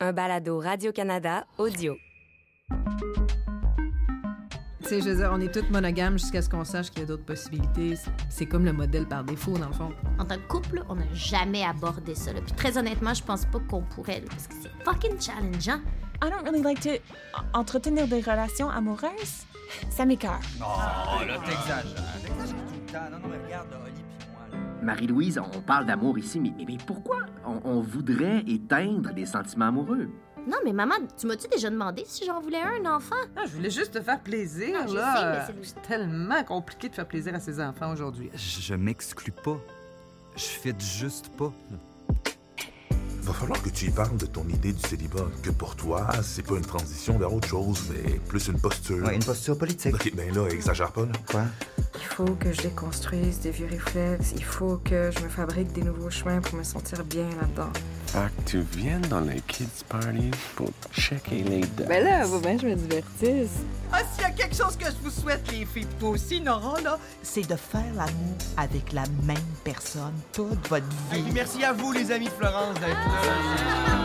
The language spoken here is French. Un balado Radio-Canada audio. Tu sais, je veux dire, on est toutes monogames jusqu'à ce qu'on sache qu'il y a d'autres possibilités. C'est- C'est comme le modèle par défaut, dans le fond. En tant que couple, on n'a jamais abordé ça. là. Puis très honnêtement, je pense pas qu'on pourrait, là, parce que c'est fucking hein. challengeant. I don't really like to uh, entretenir des relations amoureuses. Ça m'écoeure. Oh là, t'exagères. T'exagères tout le temps. Non, non, mais regarde, là, Oli puis moi, là. Marie-Louise, on parle d'amour ici, mais, mais- mais pourquoi on, on voudrait éteindre des sentiments amoureux? Non, mais maman, tu m'as-tu déjà demandé si j'en voulais un enfant? Ah, je voulais juste te faire plaisir, Ah, je là. sais, mais c'est- tellement compliqué de faire plaisir à ses enfants aujourd'hui. Je je m'exclus pas. Je fais juste pas. Va falloir que tu y parles de ton idée du célibat. Que pour toi, c'est pas une transition vers autre chose, mais plus une posture. Ouais, une posture politique. Bah. Ok, ben là, exagère pas, là. Quoi? Il faut que je déconstruise des vieux réflexes, il faut que je me fabrique des nouveaux chemins pour me sentir bien là-dedans. Fait que tu viennes dans les kids party pour checker les dates. Ben bien je me divertisse. Ah, s'il y a quelque chose que je vous souhaite, les filles, pis toi aussi, Nora, là, c'est de faire l'amour avec la même personne toute votre vie. merci à vous, les amis de Florence, d'être